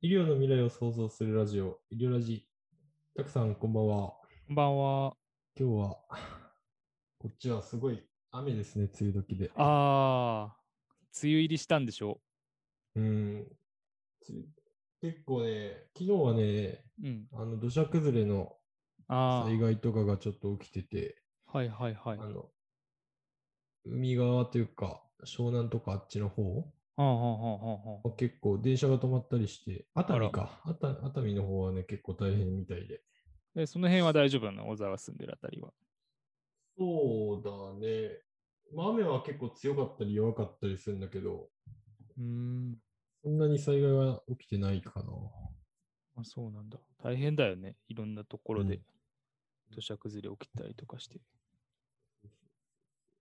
医療の未来を想像するラジオ、医療ラジ。たくさん、こんばんは。こんばんは。今日は、こっちはすごい雨ですね、梅雨時で。あー、梅雨入りしたんでしょうん。つ結構ね、昨日はね、う。うん。あの土砂崩れのあ災ー、害とかがちょっと起きてて、はいはいはい。あうんの、海側というか、湘南とかあっちの方うんうんうんうん。結構電車が止まったりして、熱ら海か。熱熱海の方はね、結構大変みたいで。え、その辺は大丈夫なの小沢住んでるあたりは。そうだね。まあ、雨は結構強かったり弱かったりするんだけど、うーん。そんなに災害は起きてないかな。あ、そうなんだ。大変だよね。いろんなところうでん土砂崩れ起きたりとかして。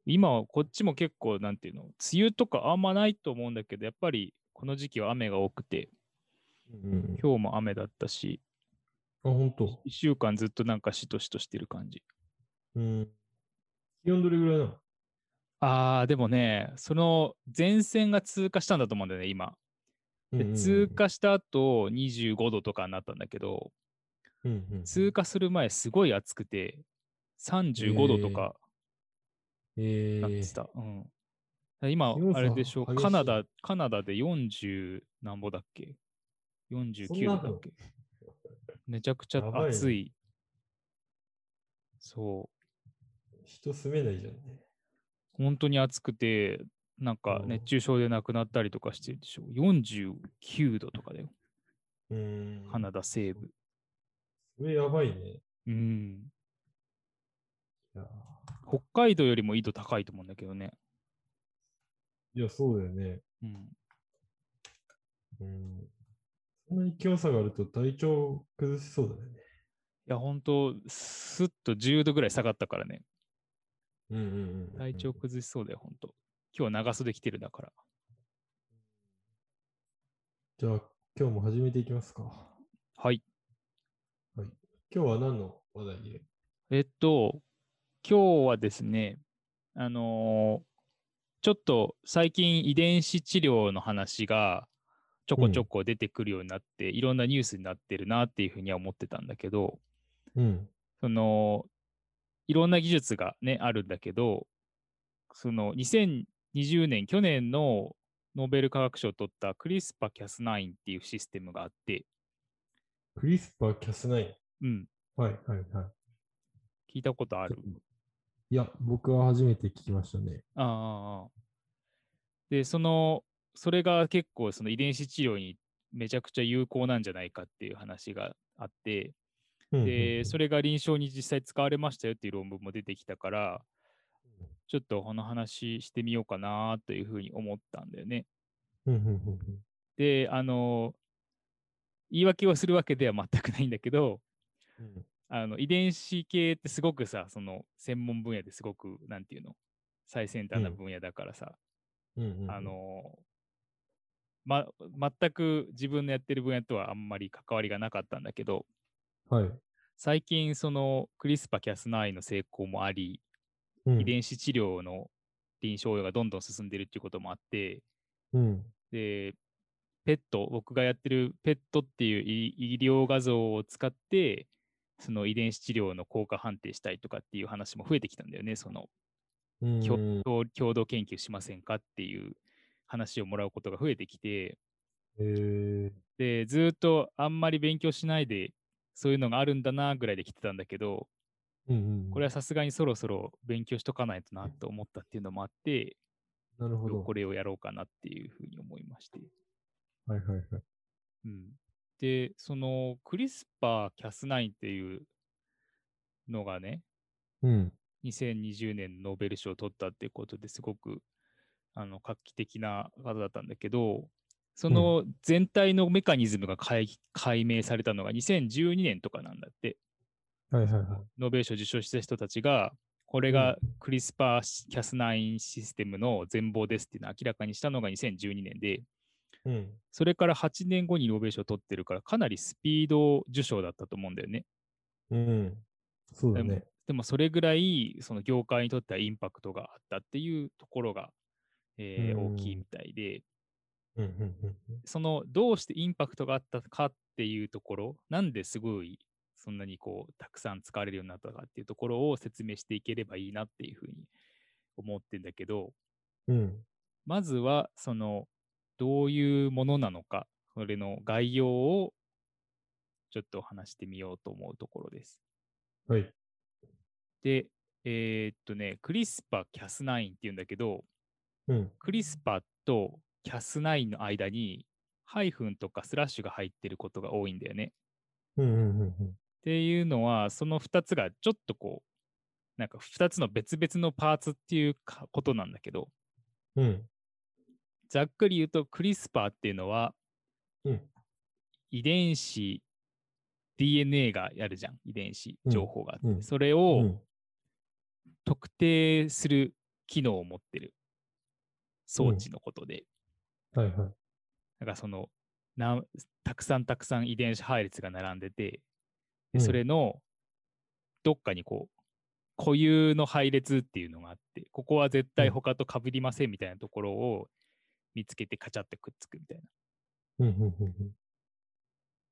今はこっちも結構、なんていうの、梅雨とかあんまないと思うんだけど、やっぱりこの時期は雨が多くて、うん、あ、今日も雨だったし、本当。 1週間ずっとなんかしとしとしてる感じ。うん。気温どれぐらいなのああ、でもね、その前線が通過したんだと思うんだよね、今。うんでうんうん通過した後、25度とかになったんだけど、うんうん通過する前、すごい暑くて、35度とかえなってー、た。うんだから今気温、差あれでしょ、激しいカナダ、カナダで40何ぼだっけ ?49 度だっけめちゃくちゃやばいね暑い。そう。人住めないじゃんね。本当に暑くて、なんかうん熱中症で亡くなったりとかしてるでしょ。49度とかだよ、うん。カナダ西部。それやばいね。いうん。やー北海道よりも緯度高いと思うんだけどね。いや、そうだよね。うん。うん。そんなに気温差があると体調崩しそうだよね。いや、本当すっと10度ぐらい下がったからね。うんうんうんうん。体調崩しそうだよ、本当今日長袖着てるだから。じゃあ、今日も始めていきますか。はい。今日は何の話題でえっと、今日はですね、あのーちょっと最近遺伝子治療の話がちょこちょこ出てくるようになって、いろんなニュースになってるなっていうふうには思ってたんだけど、うん。そのいろんな技術がねあるんだけどその2020年去年のノーベル化学賞を取ったクリスパ・キャス9っていうシステムがあって、クリスパーキャスナイン。うん、はいはいはい。聞いたことある。いや、僕は初めて聞きましたね。ああでそのそれが結構その遺伝子治療にめちゃくちゃ有効なんじゃないかっていう話があって、でそれ、れが臨床に実際使われましたよっていう論文も出てきたからちょっとこの話してみようかなというふうに思ったんだよね。うんうんうんで、あの、言い訳をするわけでは全くないんだけど、うんあの遺伝子系ってすごくさ、その専門分野ですごく、なんていうの、最先端なうん分野だからさ、うんうんうんあ、の、ま、全く自分のやってる分野とはあんまり関わりがなかったんだけど、はい。最近、そのクリスパ・キャス9の成功もあり、うん遺伝子治療の臨床用がどんどん進んでるっていうこともあって、うん。で、ペット、僕がやってるペットっていう医医療画像を使って、その遺伝子治療の効果判定したりとかっていう話も増えてきたんだよね、そのうん共同共同研究しませんかっていう話をもらうことが増えてきて、えーで、ずーっとあんまり勉強しないで、そういうのがあるんだなぐらいで来てたんだけど、うんうんこれはさすがにそろそろ勉強しとかないとなと思ったっていうのもあって、なるほど。これをやろうかなっていうふうに思いまして。はいはいはい。うんで、そのクリスパーキャス9っていうのがね、うん。 2020年ノーベル賞を取ったってことですごくあの画期的な方だったんだけど、その全体のメカニズムが解解明されたのが2012年とかなんだって、はいはいはい。ノーベル賞を受賞した人たちが、これがクリスパーキャス9システムの全貌ですっていうのを明らかにしたのが2012年で、うん。それから8年後にノーベル賞を取ってるから、かなりスピード受賞だったと思うんだよね。うん。そうだね。でもそれぐらい、その業界にとってはインパクトがあったっていうところが、えーうん大きいみたいで、うんうんうんそのどうしてインパクトがあったかっていうところ、なんですごいそんなにこうたくさん使われるようになったかっていうところを説明していければいいなっていうふうに思ってんだけど、うん。うん。まずはそのどういうものなのか、それの概要をちょっと話してみようと思うところです。はい。で、えーっとね、クリスパキャス9っていうんだけど、うん。クリスパとキャス9の間にハイフンとかスラッシュが入ってることが多いんだよね。うんうんうんうん。っていうのは、その2つがちょっとこう、なんか2つの別々のパーツっていうかことなんだけど、うん。ざっくり言うとクリスパーっていうのはうん。遺伝子、DNA がやるじゃん、遺伝子うん情報があって、うんそれうをん特定する機能を持ってる装置のことで、はいはい。なんかそのなたくさんたくさん遺伝子配列が並んでて、うでんそれのどっかにこう固有の配列っていうのがあって、ここは絶対うん他と被りませんみたいなところを見つけてカチャってくっつくみたいな。うんうんうんうん。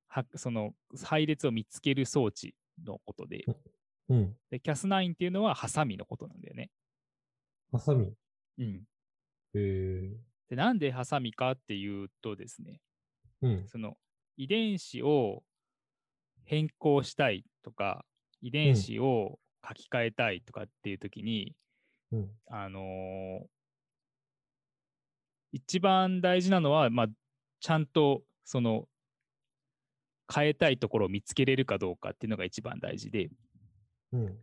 はその配列を見つける装置のことで、うん。でキャス9っていうのはハサミのことなんだよね。ハサミ。うん、えー。でなんでハサミかっていうとですね、うん。その遺伝子を変更したいとか、遺伝子を書き換えたいとかっていう時に、うん。あのー一番大事なのは、まあ、ちゃんとその変えたいところを見つけれるかどうかっていうのが一番大事で、うん。なん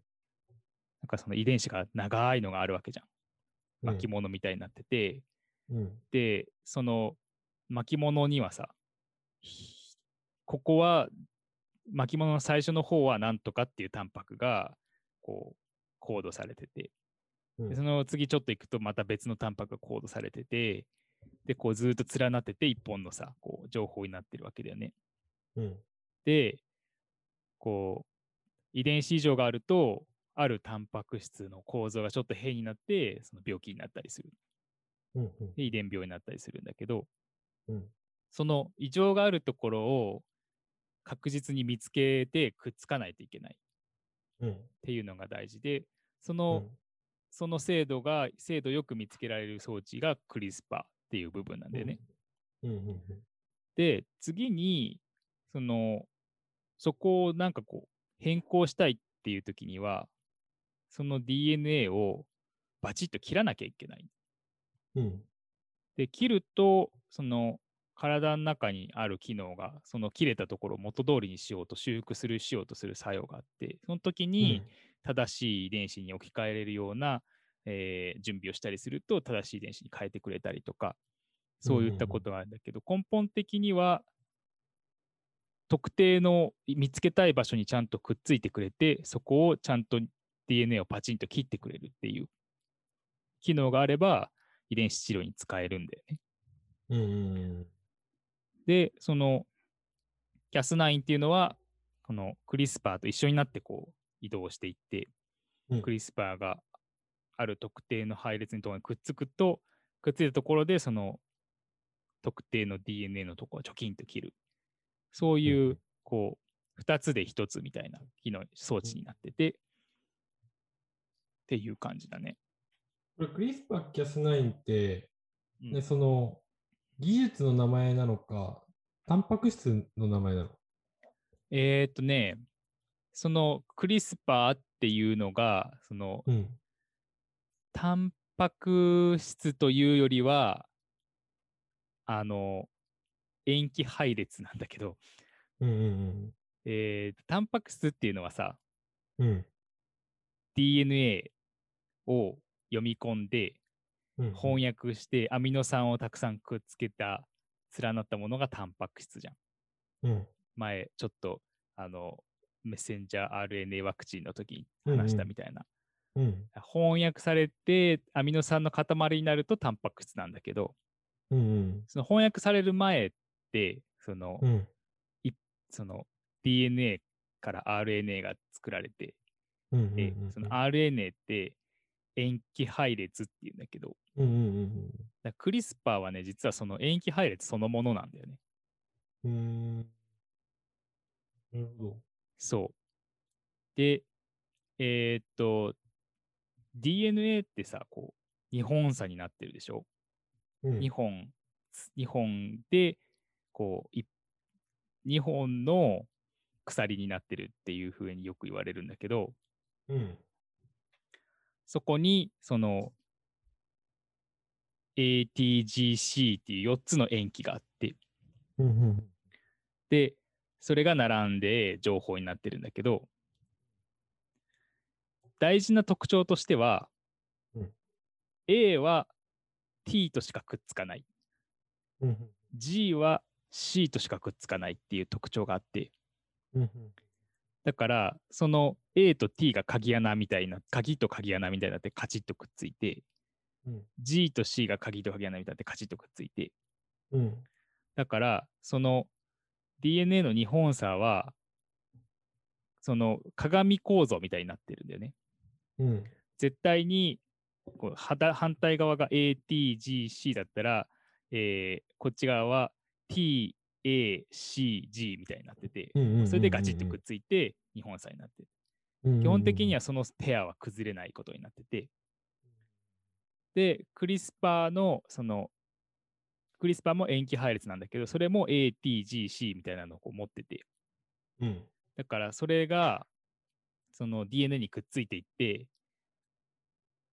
かその遺伝子が長いのがあるわけじゃん。巻物みたいになってて、うん。で、その巻物にはさ、ひここは巻物の最初の方はなんとかっていうタンパクがこうコードされてて、うでんその次ちょっと行くとまた別のタンパクがコードされてて、で、こうずーっと連なってて一本のさ、こう情報になってるわけだよね。うん。で、こう遺伝子異常があると、あるタンパク質の構造がちょっと変になって、その病気になったりする。うん。うんで遺伝病になったりするんだけど、うん。その異常があるところを確実に見つけてくっつかないといけないっうん。ていうのが大事で、そうの、ん。その精度が、精度よく見つけられる装置がクリスパーっていう部分なんだよね。うん。うん。うんで、次に、その、そこをなんかこう、変更したいっていう時には、その DNA をバチッと切らなきゃいけない。うん。で、切ると、その体の中にある機能が、その切れたところを元通りにしようと、修復する、しようとする作用があって、その時に正しい遺伝子に置き換えれるような、えー準備をしたりすると、正しい遺伝子に変えてくれたりとか、そういったことがあるんだけど、根本的には、特定の見つけたい場所にちゃんとくっついてくれて、そこをちゃんと DNA をパチンと切ってくれるっていう機能があれば、遺伝子治療に使えるんだよね。うん。うん。で、その Cas9 っていうのは、このクリスパーと一緒になってこう移動していって、うんクリスパーがある特定の配列のところにくっつくと、くっついたところでその特定の DNA のところをチョキンと切る。そううんいうう、こう、2つで1つみたいな機能装置になってて、っていう感じだね。これ、クリスパーキャス9って、うんね、その、技術の名前なのか、タンパク質の名前なのか。えーっとね、そのクリスパーっていうのが、そのうん。タンパク質というよりは、あの、塩基配列なんだけど、うんうんえー、タンパク質っていうのはさ、うん。うん。 DNA を読み込んで、うん、翻訳して、アミノ酸をたくさんくっつけた、連なったものがタンパク質じゃん。うん。前、ちょっと、あの、メッセンジャー RNA ワクチンの時うんうにん話したみたいな。うん。翻訳されて、アミノ酸の塊になるとタンパク質なんだけど、うん。その翻訳される前って、その、うん。その DNA から RNA が作られて、うん。でその RNA って塩基配列っていうんだけど、うんうんだからクリスパーはね、実はその塩基配列そのものなんだよね。うんうん。うーん。なるほど。そう。で、えーっと、DNA ってさ、こう、2本差になってるでしょうん、 2本、2本で、こう、2本の鎖になってるっていう風によく言われるんだけど、うん。そこに、その、ATGC っていう4つの塩基があって、うんうん。で、それが並んで情報になってるんだけど、大事な特徴としては、うん A は T としかくっつかない、うん G は C としかくっつかないっていう特徴があって、うん。だから、その A と T が鍵穴みたいな、鍵と鍵穴みたいになってカチッとくっついて、うん G と C が鍵と鍵穴みたいになってカチッとくっついて、うん。だから、その DNA の2本差は、その鏡構造みたいになってるんだよね。うん。絶対にこうはた反対側が ATGC だったら、えーこっち側は TACG みたいになってて、うん。それでガチッとくっついて2本差になってる。基本的にはそのペアは崩れないことになってて、で、クリスパーの、その、クリスパーも塩基配列なんだけど、それも ATGC みたいなのをこう持ってて、うん。だからそれが、その DNA にくっついていって、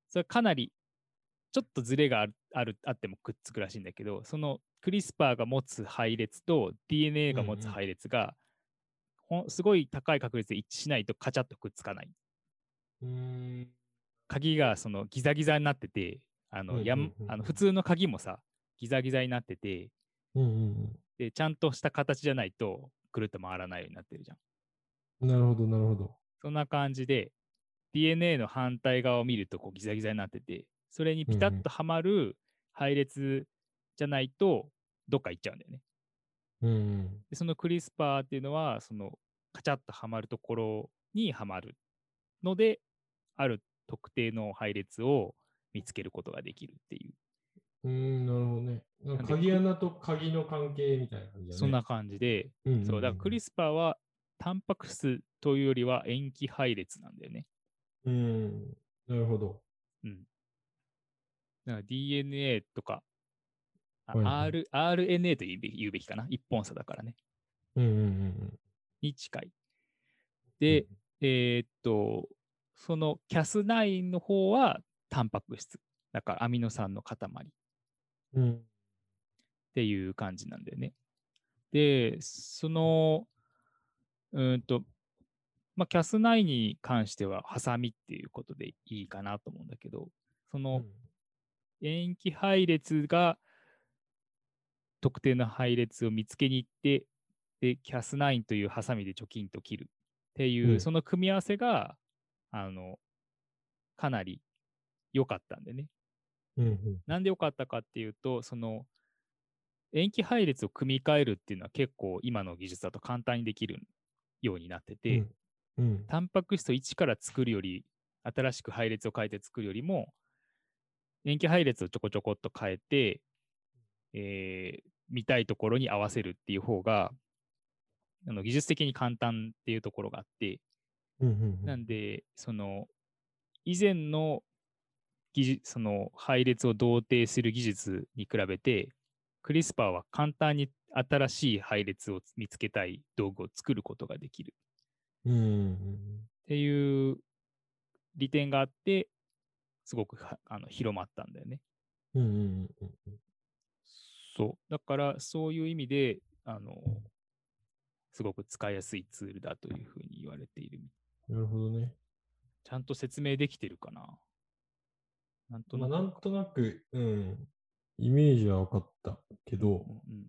それはかなり、ちょっとずれがあるあるあってもくっつくらしいんだけど、そのクリスパーが持つ配列と DNA が持うんつうん配列が、ほんすごい高い確率で一致しないとカチャッとくっつかない。うん。鍵がそのギザギザになってて、あうんうんのうんやんあの普通の鍵もさ、ギザギザになってて、うんうんで、ちゃんとした形じゃないと、くるっと回らないようになってるじゃん。うん。なるほど、なるほど。そんな感じで、DNA の反対側を見るとこうギザギザになってて、それにピタうんうッんとはまる配列じゃないと、どっか行っちゃうんだよね。うん。で、そのクリスパーっていうのは、そのカチャッとはまるところにはまるので、ある特定の配列を見つけることができるっていう。うん、なるほどね。なんかなんで鍵穴と鍵の関係みたいな感じだね。そんな感じで、うんうんうん、そう、だからクリスパーは、タンパク質というよりは塩基配列なんだよね。うん。なるほど。うん。だから DNA とか、あはいはい R RNA と言うべき言うべきかな。一本差だからね。うんうんうんに近い。うん。で、、えーっと、その Cas9 の方は、タンパク質。だからアミノ酸の塊っうん。ていう感じなんだよね。で、その、うーんと、まあ、Cas9 に関しては、ハサミっていうことでいいかなと思うんだけど、その、塩基配列が特定の配列を見つけに行って、で、キャスナインというハサミで貯金と切るっていう、うんその組み合わせが、あの、かなり良かったんでね。うんうんなんで良かったかっていうと、その、塩基配列を組み替えるっていうのは結構今の技術だと簡単にできるようになってて、うん。うん。タンパク質を1から作るより、新しく配列を変えて作るよりも、塩基配列をちょこちょこっと変えて、えー見たいところに合わせるっていう方が、あの技術的に簡単っていうところがあって、うんうんうんなんで、その、以前の技術、その配列を同定する技術に比べて、クリスパーは簡単に新しい配列を見つけたい道具を作ることができる。うんうんっていう利点があって、すごくはあの広まったんだよね。うん。うんうんうんうん。そう。だから、そういう意味で、あの、すごく使いやすいツールだというふうに言われている。なるほどね。ちゃんと説明できてるかななんとまなあ、く。なんとなく、うん。イメージは分かったけどう、んうん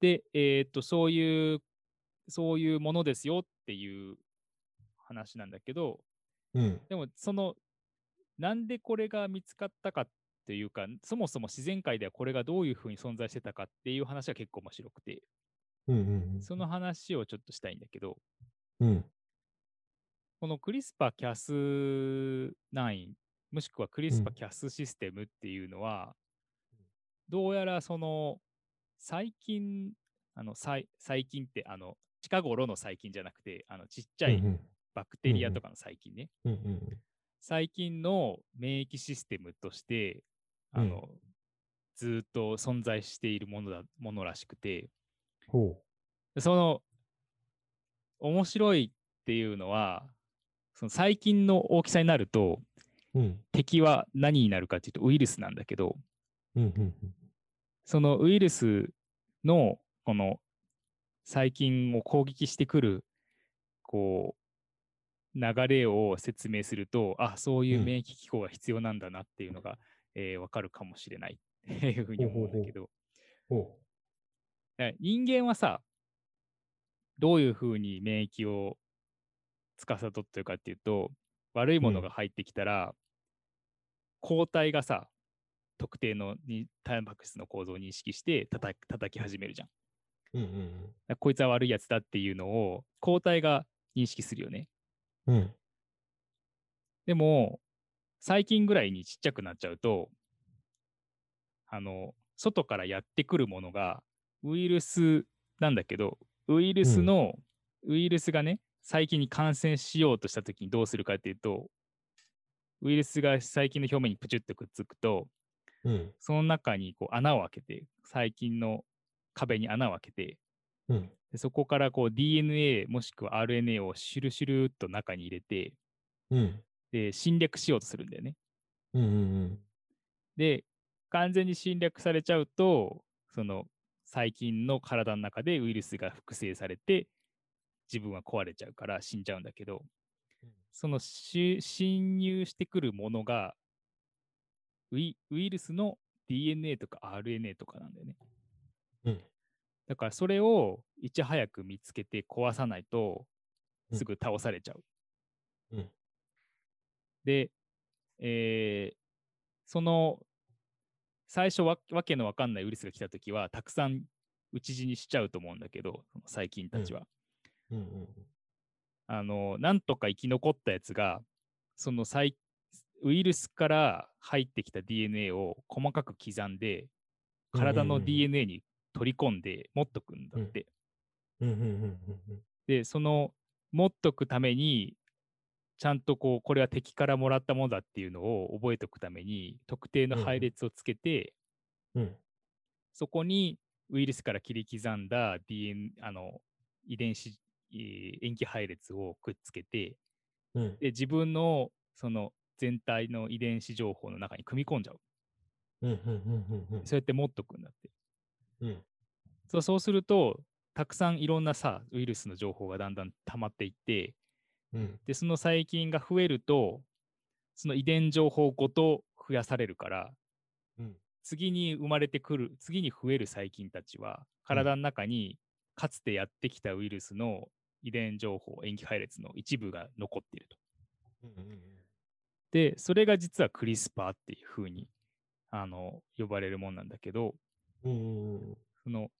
で、えーっと、そういう、そういうものですよっていう話なんだけど、うん。でもそのなんでこれが見つかったかっていうかそもそも自然界ではこれがどういうふうに存在してたかっていう話が結構面白くてうんうんその話をちょっとしたいんだけどうん。うん。このクリスパーキャス9もしくはクリスパキャスシステムっていうのは、どうやらその最近、あの最最近ってあの近頃の細菌じゃなくて、あのちっちゃういんうんバクテリアとかの細菌ね、うんうん細菌の免疫システムとして、あのずーっと存在しているものだものらしくて、ほその面白いっていうのは、その細菌の大きさになると、う。うん敵は何になるかっていうとウイルスなんだけど、うんうんそのウイルスのこの細菌を攻撃してくるこう流れを説明するとあそういううん免疫機構が必要なんだなっていうのが、えーわかるかもしれないっていうふうに思うんだけどほだから人間はさどういうふうに免疫を司ってるかっていうと悪いものが入ってきたら、抗体がさ特定のにタンパク質の構造を認識して叩き叩き始めるじゃん。う。うんうんだからこいつは悪いやつだっていうのを抗体が認識するよね。うん。うんでも最近ぐらいにちっちゃくなっちゃうとあの外からやってくるものがウイルスなんだけどウイルスの、ウイルスがね細菌に感染しようとした時にどうするかっていうとウイルスが細菌の表面にプチュッとくっつくとうんその中にこう穴を開けて細菌の壁に穴を開けてうんでそこからこう DNA もしくは RNA をシュルシュルっと中に入れてうんで侵略しようとするんだよね。うんうんで完全に侵略されちゃうとその細菌の体の中でウイルスが複製されて自分は壊れちゃうから死んじゃうんだけどうんそのし侵入してくるものがウイウイルスの DNA とか RNA とかなんだよね。うんだからそれをいち早く見つけて壊さないとうんすぐ倒されちゃう。うんで、えーその最初わわけのわかんないウイルスが来た時はたくさん打ち死にしちゃうと思うんだけどその細菌たちは、うんうんあのなんとか生き残ったやつがその細ウイルスから入ってきた DNA を細かく刻んで体うんうんうんうのん DNA に取り込んで持っとくんだって、うんうんうんでその持っとくためにちゃんとこうこれは敵からもらったものだっていうのを覚えておくために特定のうんうん配列をつけて、うんうんそこにウイルスから切り刻んだ DN あの遺伝子、えー塩基配列をくっつけてうんで自分のその全体の遺伝子情報の中に組み込んじゃううんうんうんうんそうやって持っとくんだってうんそうそうするとたくさんいろんなさウイルスの情報がだんだん溜まっていってうんでその細菌が増えるとその遺伝情報ごと増やされるからうん次に生まれてくる次に増える細菌たちは体の中にかつてやってきたウイルスの遺伝情報塩基配列の一部が残っていると。うんでそれが実はクリスパーっていうふうにあの呼ばれるもんなんだけどうんうんその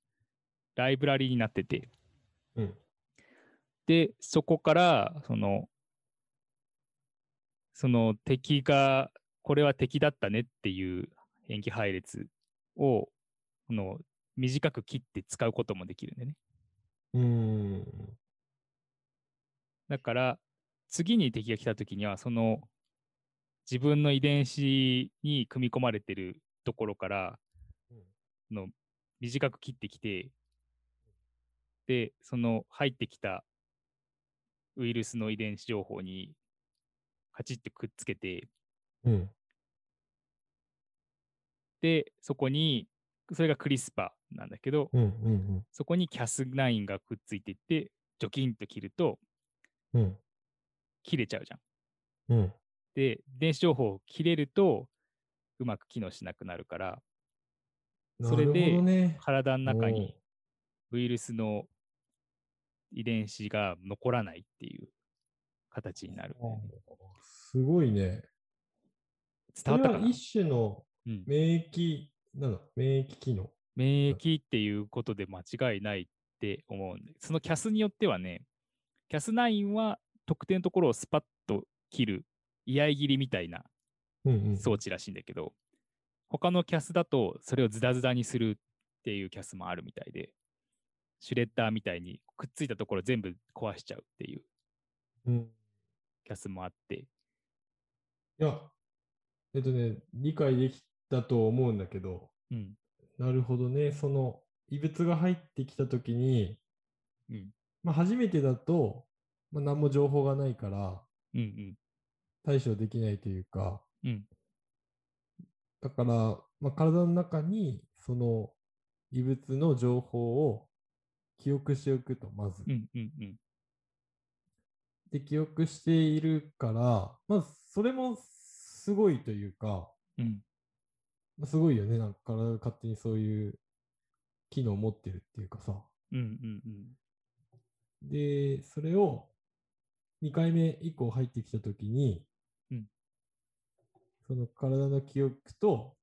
ライブラリになっててうんでそこからそのその敵がこれは敵だったねっていう塩基配列をこの短く切って使うこともできるんでねうんだから次に敵が来た時にはその自分の遺伝子に組み込まれてるところからの短く切ってきてでその入ってきたウイルスの遺伝子情報にカチッとくっつけてうんでそこにそれがクリスパーなんだけどうんうんそこに CAS9 がくっついていってジョキンと切るとうん切れちゃうじゃん。うんで、電子情報を切れると、うまく機能しなくなるから、なるほどね体の中にウイルスの遺伝子が残らないっていう形になるんだよね。すごいね伝わったかこれなは、一種のうん、免疫なんだ免疫機能免疫っていうことで間違いないって思うんで、その CAS によってはね、CAS9 は特定のところをスパッと切る、居合切りみたいなうんうん。装置らしいんだけど、他のキャスだとそれをズダズダにするっていうキャスもあるみたいで、シュレッダーみたいにくっついたところ全部壊しちゃうっていううんキャスもあって、いや、えっとね、理解できたと思うんだけど、うん、なるほどね、その異物が入ってきたときに、うん、まあ、初めてだと、まあ、何も情報がないからうん、うん、対処できないというか、うん、だから、まあ、体の中にその異物の情報を記憶しておくと、まず。うん、うん、うん、で、記憶しているから、まあ、それもすごいというか、うん、まあすごいよね、なんか体が勝手にそういう機能を持ってるっていうかさ。うん、うん、うん、で、それを2回目以降入ってきたときに、うんその体の記憶と、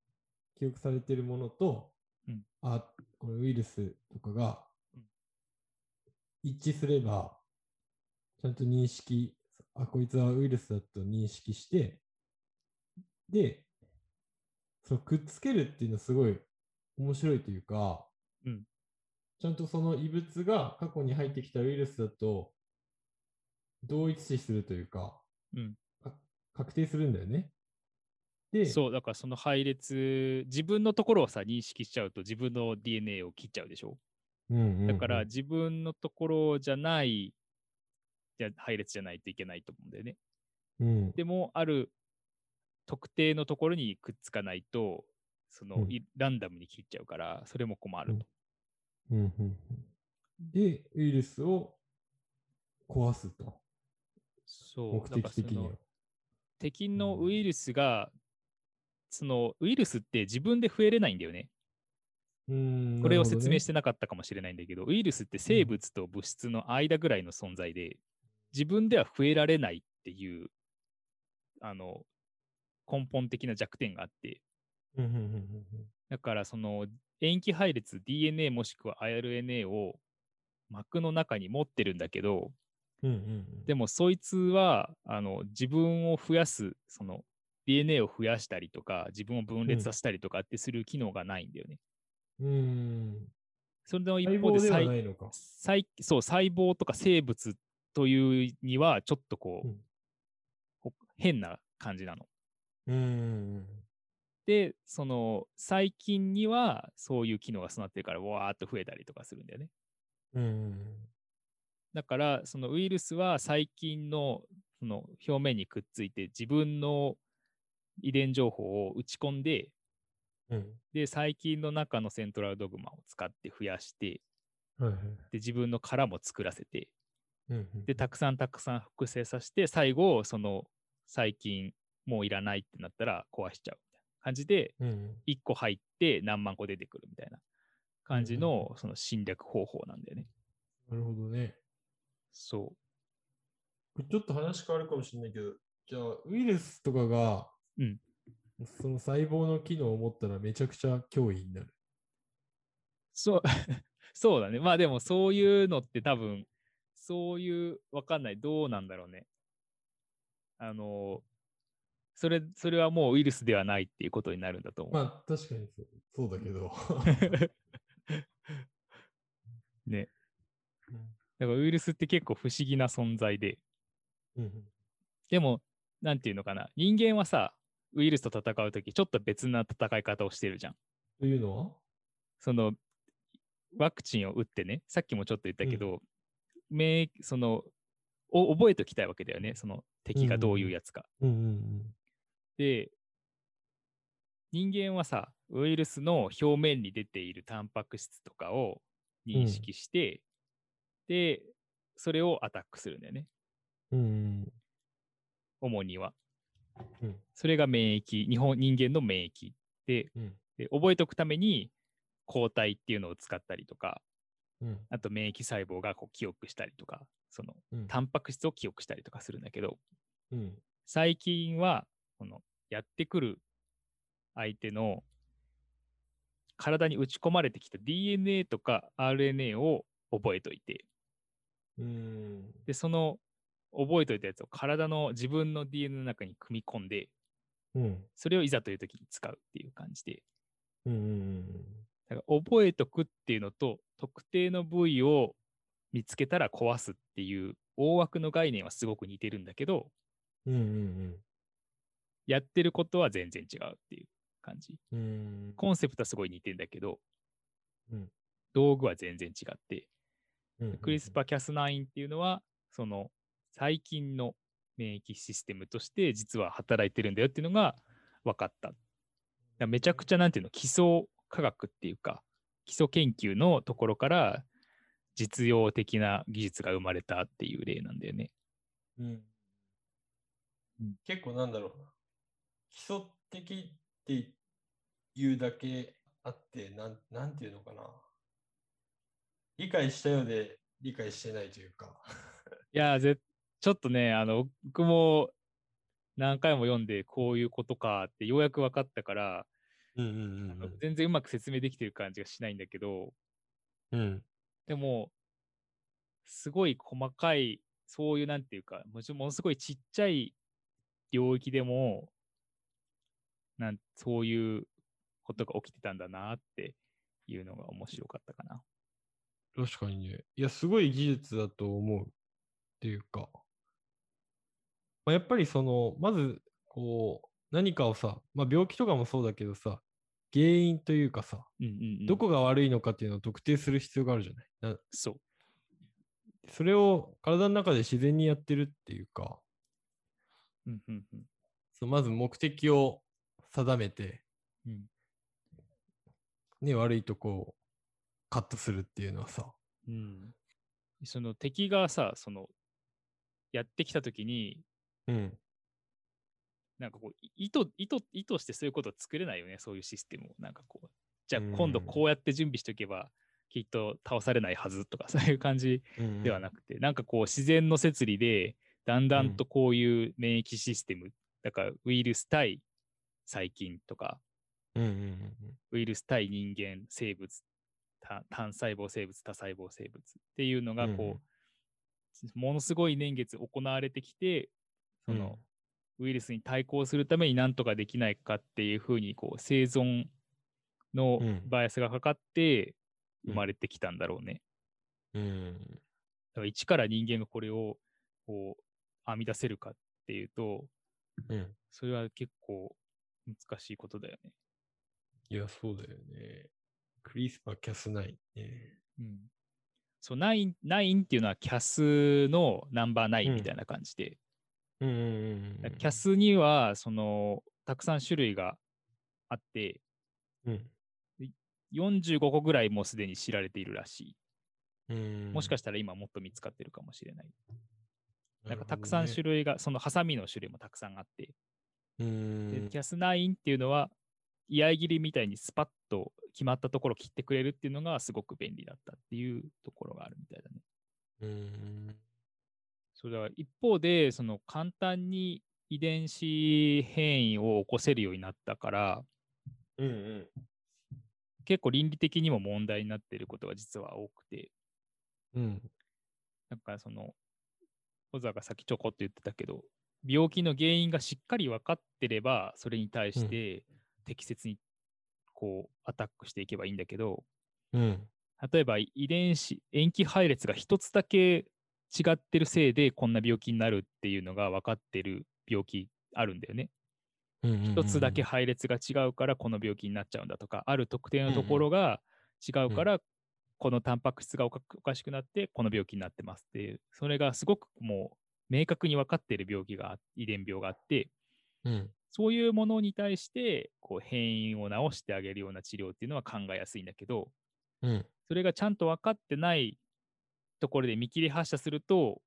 記憶されているものと、うんあ、これウイルスとかがうん一致すれば、ちゃんと認識、あ、こいつはウイルスだと認識して、で、そうくっつけるっていうのはすごい面白いというか、うんちゃんとその異物が過去に入ってきたウイルスだと同一視するというか、うんか確定するんだよね。で、そう、だからその配列、自分のところをさ、認識しちゃうと自分の DNA を切っちゃうでしょ。うんうんうんだから自分のところじゃない、じゃ配列じゃないといけないと思うんだよね。うん、でも、ある特定のところにくっつかないと、その、うんいランダムに切っちゃうから、それも困ると。うんうんうんで、ウイルスを壊すと、そ目う、な的んかそ的にはの。敵のウイルスが、そのウイルスって自分で増えれないんだよね。うん。これを説明しててなかったかもしれないんだけど、ウイルスって生物と物質の間ぐらいの存在で、自分では増えられないっていう、あの、根本的な弱点があって、うんうんうんうんうんだからその塩基配列 DNA もしくは RNA を膜の中に持ってるんだけど、うんうんでもそいつはあの自分を増やす、その DNA を増やしたりとか、自分を分裂させたりとかってする機能がないんだよね。うん、うんそれの一細方で胞では細ないのか。細そう細胞とか生物というにはちょっとこう、うんほ変な感じなの。うんうんうんでその細菌にはそういう機能が備わってるからわーっと増えたりとかするんだよね。うんうんだからそのウイルスは細菌のその表面にくっついて自分の遺伝情報を打ち込んでうんで細菌の中のセントラルドグマを使って増やしてうんはいはいで自分の殻も作らせてうんうんで、たくさんたくさん複製させて、最後、その細菌もういらないってなったら壊しちゃうみたいな感じで、うんうん1個入って何万個出てくるみたいな感じのその侵略方法なんだよね。なるほどね。そこれちょっと話変わるかもしれないけど、じゃあ、ウイルスとかが、うんその細胞の機能を持ったらめちゃくちゃ脅威になる。う。そう、 そうだね。まあでもそういうのって多分、そういう、わかんない。どうなんだろうね。あの、それ、それはもうウイルスではないっていうことになるんだと思う。まあ、確かにそうそうだけど。 ね。うんだからウイルスって結構不思議な存在で、うんでも、なんていうのかな、人間はさ、ウイルスと戦うとき、ちょっと別な戦い方をしてるじゃん。というのはその、ワクチンを打ってね、さっきもちょっと言ったけど、免疫、その、お覚えておきたいわけだよね、その敵がどういうやつか。うんうんで、人間はさ、ウイルスの表面に出ているタンパク質とかを認識して、で、それをアタックするんだよね、うん。うん主には。うんそれが免疫、日本人間の免疫で、うんで覚えておくために抗体っていうのを使ったりとか、うんあと免疫細胞がこう記憶したりとか、そのうんタンパク質を記憶したりとかするんだけど、うん最近はこのやってくる相手の体に打ち込まれてきた DNA とか RNA を覚えといて、うんで、その覚えといたやつを体の自分の DNA の中に組み込んで、うん。それをいざという時に使うっていう感じで。うんうんだから覚えとくっていうのと、特定の部位を見つけたら壊すっていう大枠の概念はすごく似てるんだけど、うん。うんうんやってることは全然違うっていう感じ。うん。うん。コンセプトはすごい似てんだけど、うん道具は全然違って、うんうんクリスパーキャス9っていうのは、その最近の免疫システムとして実は働いてるんだよっていうのが分かった。だからめちゃくちゃなんていうの、基礎科学っていうか、基礎研究のところから実用的な技術が生まれたっていう例なんだよね。うんうん結構なんだろうな。基礎的っていうだけあって、なんなんていうのかな。理解したようで理解してないというか。いやーぜ、ちょっとね、あの、僕も何回も読んで、こういうことかってようやく分かったから、うんうあの全然うまく説明できてる感じがしないんだけど、うんうん。でも、すごい細かい、そういうなんていうか、もちろんものすごいちっちゃい領域でも、なんそういうことが起きてたんだなっていうのが面白かったかな。確かにね。いや、すごい技術だと思う。っていうか。まあ、やっぱりその、まず、こう、何かをさ、まあ、病気とかもそうだけどさ、原因というかさ、うんうん、うん。どこが悪いのかっていうのを特定する必要があるじゃない。なそう。それを体の中で自然にやってるっていうか、うんうんうん。そのまず目的を定めて、うんね、悪いとこをカットするっていうのはさ。うん、その敵がさそのやってきた時にうん。なんかこうい意図意図意図してそういうことを作れないよねそういうシステムをなんかこうじゃうんあ今度こうやって準備しておけばきっと倒されないはずとかそう いう感じではなくて、なんかこう自然の摂理でだんだんとこういう免疫システム、だからウイルス対細菌とかうんうんうんウイルス対人間生物た単細胞生物多細胞生物っていうのがうんうんこう、ものすごい年月行われてきてうそん。の、ウイルスに対抗するためになんとかできないかっていうふうにこう生存のうんバイアスがかかってうん生まれてきたんだろうね。うん。だから一から人間がこれをこう編み出せるかっていうとうん。それは結構難しいことだよね。いや、そうだよね。クリスパーキャスないね。うん、そうナインナインっていうのはキャスのナンバーナイうンんみたいな感じで、うんうんうん。キャ。スにはそのたくさん種類があってうん。 45個ぐらいもうすでに知られているらしうんいもしかししたら今もっと見つかってるかもしれない、なんかたくさん種類がそのハサミの種類もたくさんあって、類。うでん。キャスナインっていうのは居合切りみたいにスパッと決まったところ切ってくれるっていうのがすごく便利だったっていうところがあるみたいだねうん。そうだから一方でその簡単に遺伝子変異を起こせるようになったからうんうん。結構倫理的にも問題になっていることが実は多くてうん。なんかその小沢がさっきちょこっと言ってたけど病気の原因がしっかり分かってればそれに対して適切にこうアタックしていけばいいんだけどうん。例えば遺伝子塩基配列が一つだけ違ってるせいでこんな病気になるっていうのが分かってる病気あるんだよね。一つだけ配列が違うからこの病気になっちゃうんだとかある特定のところが違うからこのタンパク質がおかおかしくなってこの病気になってますっていうそれがすごくもう明確に分かっている病気が遺伝病があってうん。そういうものに対してこう変異を治してあげるような治療っていうのは考えやすいんだけどうん。それがちゃんと分かってないところで見切り発射すると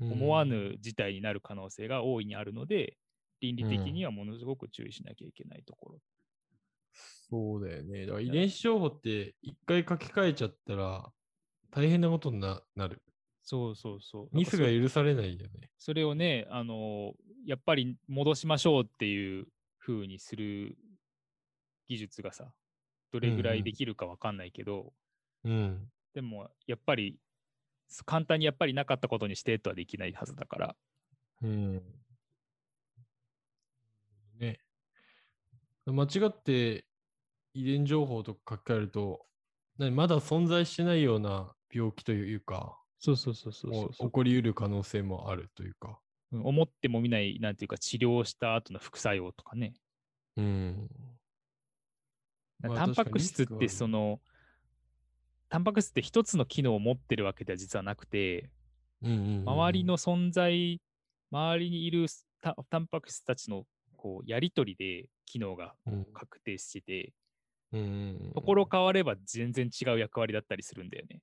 思わ。ぬ事態になる可能性が大いにあるので倫理的にはものすごく注意しなきゃいけないところ。そうだよね。だから遺伝子情報って一回書き換えちゃったら大変なことにななる。そうそうそう。ミスがなんか許されないよね。そそれをね、あのーやっぱり戻しましょうっていう風にする技術がさ、どれぐらうんういんできるかわかんないけど、うん。でもやっぱり、す簡単にやっぱりなかったことにしてとはできないはずだから、うん。ね。間違って遺伝情報とか書き換えると、何まだ存在してないような病気というか、そうそうそうそうもそうう起こりうる可能性もあるというか。うん思ってもみない、なんていうか、治療した後の副作用とかね。うん。まあタン確パかクにリ質スっクはあてるその、タンパク質って一つの機能を持ってるわけでは実はなくて、うんうんうん周りの存在、周りにいるタタンパク質たちのこうやりとりで機能がうん確定してて、うんうんところ変われば全然違う役割だったりするんだよね。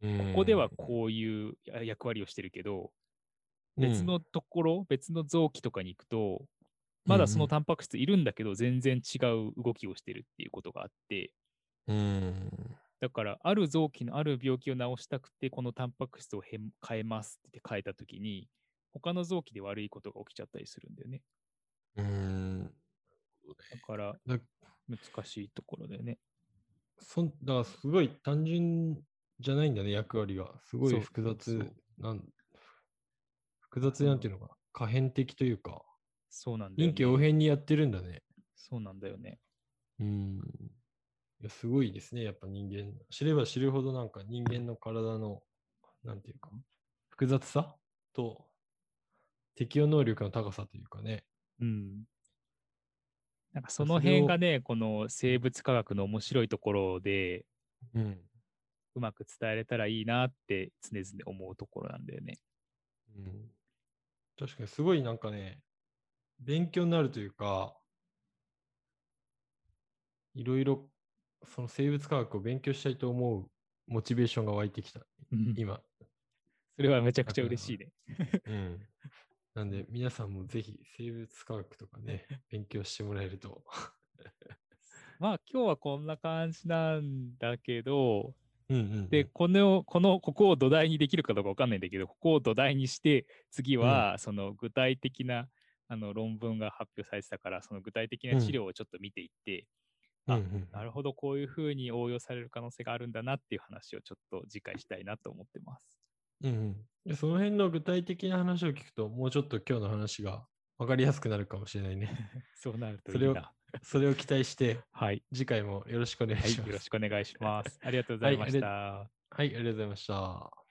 うん、ここではこういうや役割をしてるけど、うん別のところ、別の臓器とかに行くと、まだそのうんうんタンパク質いるんだけど、全然違う動きをしてるっていうことがあって、うんだから、ある臓器のある病気を治したくて、このタンパク質を変変えますって変えたときに、他の臓器で悪いことが起きちゃったりするんだよね。うんだから、だ難しいところだよね。そんだからすごい単純じゃないんだね、役割が。すごそいう複そうそ雑うなん、複雑なんていうのか、可変的というか、そうなんだ臨よね。機応変にやってるんだね。そうなんだよね。うん。いや、すごいですね、やっぱ人間。知れば知るほどなんか人間の体の、なんていうか、複雑さと適応能力の高さというかね。うん。なんかそそれのを辺がね、この生物科学の面白いところで、うん。うまく伝えれたらいいなって常々思うところなんだよね。うん、確かにすごいなんかね、勉強になるというか、いろいろその生物科学を勉強したいと思うモチベーションが湧いてきた、今。 それはめちゃくちゃ嬉しいね。うん、なんで皆さんもぜひ生物科学とかね、勉強してもらえると。まあ今日はこんな感じなんだけど、うんうんで、この、この、ここを土台にできるかどうかわかんないんだけど、ここを土台にして、次はその具体的な、あの論文が発表されてたから、その具体的な治療をちょっと見ていって、あうんうんなるほど、こういうふうに応用される可能性があるんだなっていう話をちょっと次回したいなと思ってます。うんうんでその辺の具体的な話を聞くと、もうちょっと今日の話が分かりやすくなるかもしれないね。そうなるといそれいをな。それを期待して、はい、次回もよろしくお願いはい、しまよろす。 しくお願いします。ありがとうございました。はい、ありがとうございました。